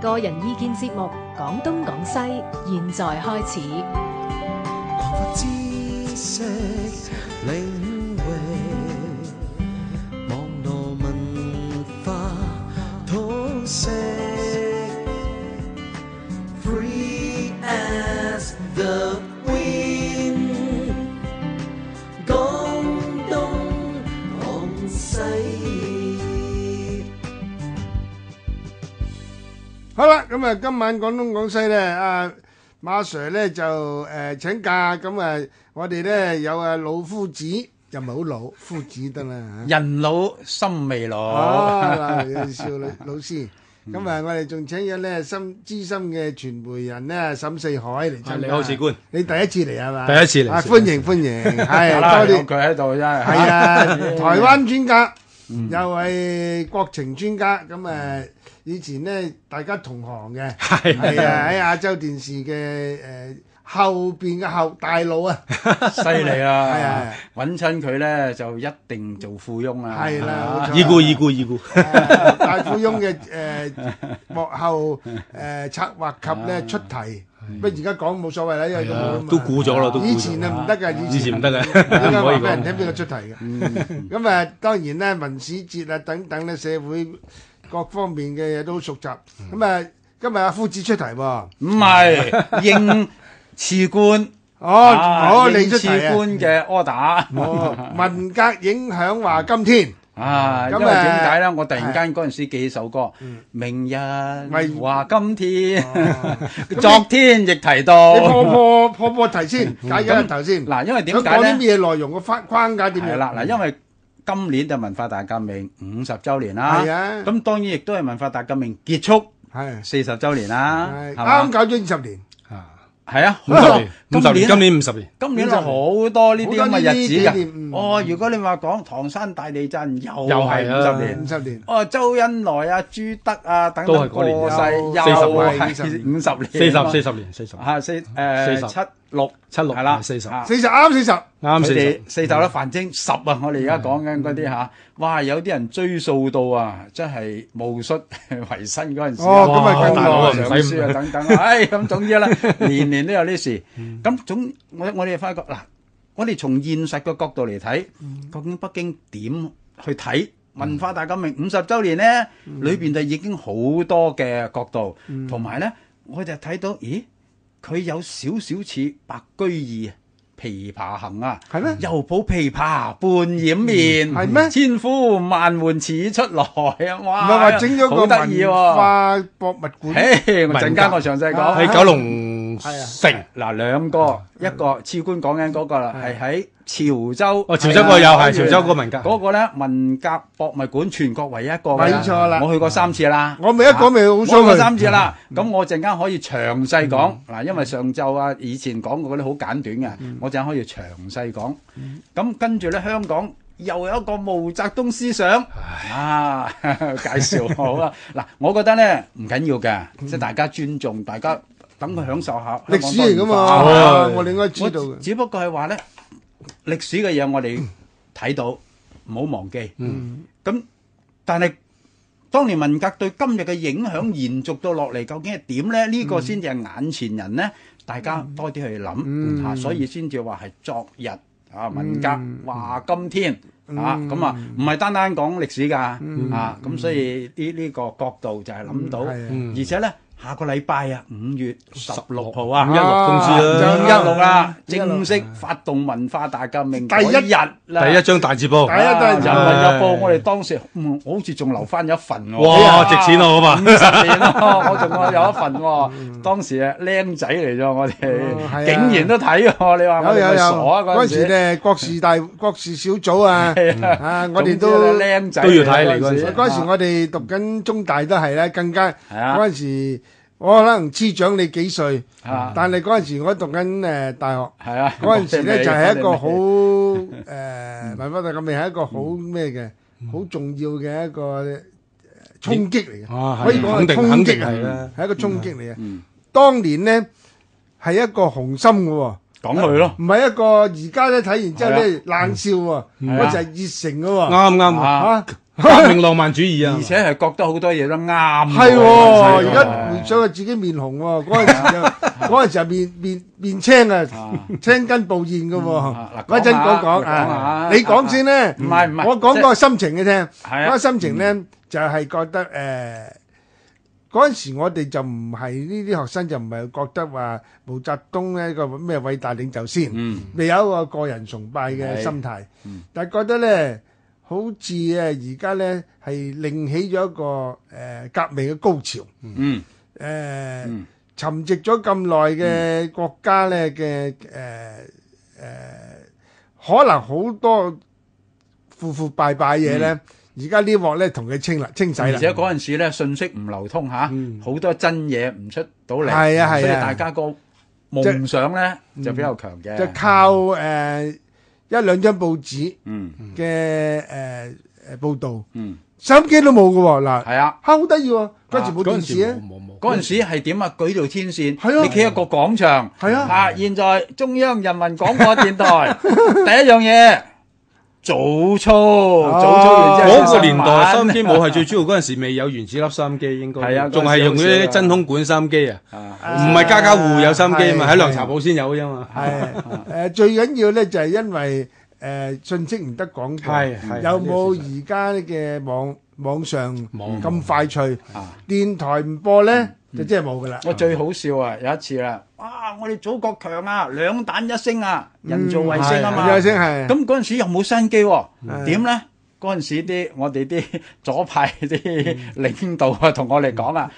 個人意見節目《講東講西》，現在開始。擴闊知識領域，網絡文化通識，free as the wind。廣東廣西。好啦，咁啊，今晚廣東廣西咧，啊馬 Sir 咧就誒、呃、請假，咁啊，我哋咧有啊老夫子，又唔係好老，夫子得啦人老心未老，嚇。啊，嗱笑 老老師，咁啊，我哋仲請咗咧深資深嘅傳媒人咧沈四海嚟參加。你好士官，你第一次嚟係嘛？第一次嚟啊是歡迎歡迎，係啦，多有啲。佢喺度真係，嗯係啊，台灣專家，又係國情專家，咁誒以前咧大家同行嘅，係啊係啊喺亞洲電視嘅誒呃後邊嘅後大佬啊，犀利係啦啊，揾親佢咧就一定做富翁啊，係啦冇錯已故已故已故， 誒大富翁嘅誒幕 後誒策劃及咧出題，不過而家講冇所謂啦，因為都冇啊嘛都估咗啦，都估以咗前啦。啊唔得㗎，以前唔得嘅，點解唔可話以俾人聽講。邊個出題嘅？咁啊，當然咧，文史哲啊等等咧，社會各方面嘅嘢都好熟習。咁啊，今日阿夫子出題喎。唔 係應次官，哦，啊哦，應你出次題啊！官嘅 order。哦，文革影響話 今天，啊，咁因為誒點解咧？我突然間嗰陣時記起首歌《明日咪話今天》，你昨天亦提你破到。破破破題先，解解頭先。嗱，因為點想解講啲咧？咩內容？個框框架點係樣？啦，嗱，因為今年就文化大革命五十週年啦。係嗯啊，咁當然亦都係文化大革命結束係四十週年啦，係係嘛啱搞咗二十年，啊係啊，好 五十年，多今五十年，啊今年年五十年，今年好多呢啲咁嘅日子好多呢啲紀念嗯㗎。哦，如果你話講唐山大地震，又又係係五啊十年五。十年。哦，周恩來啊、朱德啊等都等係嗰年過世，有又四十係五十四年啊十嘛，四十年，四十啊四四誒十七六七六係啦，四十啊四十啱四十，啱佢四哋十。嗯四頭啦，繁星十啊！我哋而家講緊嗰啲嚇，哇！有啲人追溯到啊，真係戊戌 維新嗰陣時啊，哦咁啊哇更大佬 啊耐上唔使書啊等等啊，唉咁總之啦， 年年都有呢事。嗯咁總我我哋發覺嗱，我哋從現實嘅角度嚟睇，究竟北京點去睇？文化大革命五十週年呢，裏邊就已經好多嘅角度，同埋呢，我就睇到，咦，佢有少少似白居易啊琵琶行啊，係咩又抱琵琶半掩面，係咩千呼萬喚始出來啊！唔哇，係話整咗個好得意文喎！化博物館，嘿，我陣間我詳細啊講。喺九龍城，啊嗱兩個，一個次官講緊嗰個啦，係喺潮州。哦潮州個又係啊潮州個文革嗰個咧文革博物館全國唯一一個㗎。冇錯啦我去過三次啦。我咪一講咪好我去想過去。嗯三次啦，咁我陣間可以詳細講嗱，因為上晝啊以前講過嗰啲好簡短嘅，嗯我陣間可以詳細講。咁跟住咧，香港又有一個毛澤東思想啊， 介紹好啦。嗱，我覺得咧唔緊要嘅，即係大家尊重，大家等佢享受下嗯歷史嚟噶嘛，香港多元化啊係我哋應該我知道嘅。只不過係話咧，歷史嘅嘢我哋睇到，唔好忘記。嗯咁但係當年文革對今日嘅影響延續到落嚟，究竟係點咧？呢、個先至係眼前人咧，大家多啲去諗嚇、嗯啊所以先至話係昨日啊文革話今天。啊，咁啊，唔係單單講歷史㗎，啊，咁所以呢呢個角度就係諗到，嗯而且咧下個禮拜啊，五月十六號啊，五一六通啊知啦，五一六啦，五一六正式發動文化大革命第一嗰日啦，第一張大字報第，一啊單人民就日報，我哋當時嗯我好似仲留翻一份喎，哇值錢咯，好五嘛？十年咯， 我仲有一份喎，當時啊僆仔嚟咗，我哦係啊哋竟然都睇喎，你話我有哋有咪有，傻啊嗰陣嗰陣時時，咧國事大國事小組啊，啊我哋都總之咧僆仔都要睇你嗰陣時嗰陣時我哋讀緊中大都係咧，更加係啊嗰陣時我可能知長你幾歲，啊但係嗰陣時我讀緊誒大學。係啊，嗰陣時咧就係一個好我哋誒文化大革命係一個好咩嘅，好重要嘅一個誒衝擊嚟啊嘅，係可以講肯係定衝肯定擊係啊啦，係一個衝擊嚟嘅嗯。當年咧係一個紅心嘅喎，講佢 咯，唔係一個而家咧睇完之後咧冷笑喎，嗯係啊我就係熱誠嘅喎。啱啱啊嚇，革命浪漫主義啊而！且係覺得好多嘢都啱喎，係喎，啊嗰陣時而家回唔想佢自己面紅喎，嗰陣時就 嗰陣時就面面面青啊，青筋暴現嘅喎嗱。嗰陣講講講下啊，你講先咧，唔係唔係我講個心情嘅聽。 係啊嗰個心情咧就係覺得誒，嗰陣時我哋就唔係呢啲學生就唔係覺得話毛澤東咧個咩偉大領袖先。嗯，未有一個個人崇拜嘅心態嗯，但係覺得咧，好似誒而家咧係另起咗一個誒、呃革命嘅高潮，誒、嗯，嗯呃沉寂咗咁耐嘅國家咧嘅誒誒，可能好多腐腐敗敗嘢咧，而家呢鑊咧同佢清啦清洗而啦，且嗰陣時咧信息唔流通嚇，好多真嘢唔出到嚟，係啊係啊所以大家個夢想咧就比較強就嘅，靠誒、呃一兩張報紙嗯嘅誒誒報導，嗯，手機都冇嘅喎嗱。係啊。嚇好得意喎！嗰陣時冇電視啊，嗰陣時冇-冇-冇。嗰陣時係點啊？舉條天線，係啊你企一個廣場，係啊現在中央人民廣播 電台第一樣嘢早操，啊早操完之後嗰個年代收音新機冇係最主要，嗰陣時未有原子粒收音機，應該係啊嗰陣時仲係用嗰好少啲啊真空管收音機啊，聞唔係家家户户有收音機啊嘛，係喺涼茶鋪先有嘅啫嘛。 係誒最緊要咧就係因為誒信息唔得廣係係播，有冇而家嘅網網上冇咁快脆啊？電台唔播咧嗯就真係冇噶啦。我最好笑啊！有一次啦，哇！我哋祖國強啊，兩彈一星啊，嗯人造衛星啊嘛。有聲係咁嗰陣時又冇新機喎，嗯點 咧？嗰陣時啲我哋啲左派啲領導啊，同我哋講啊，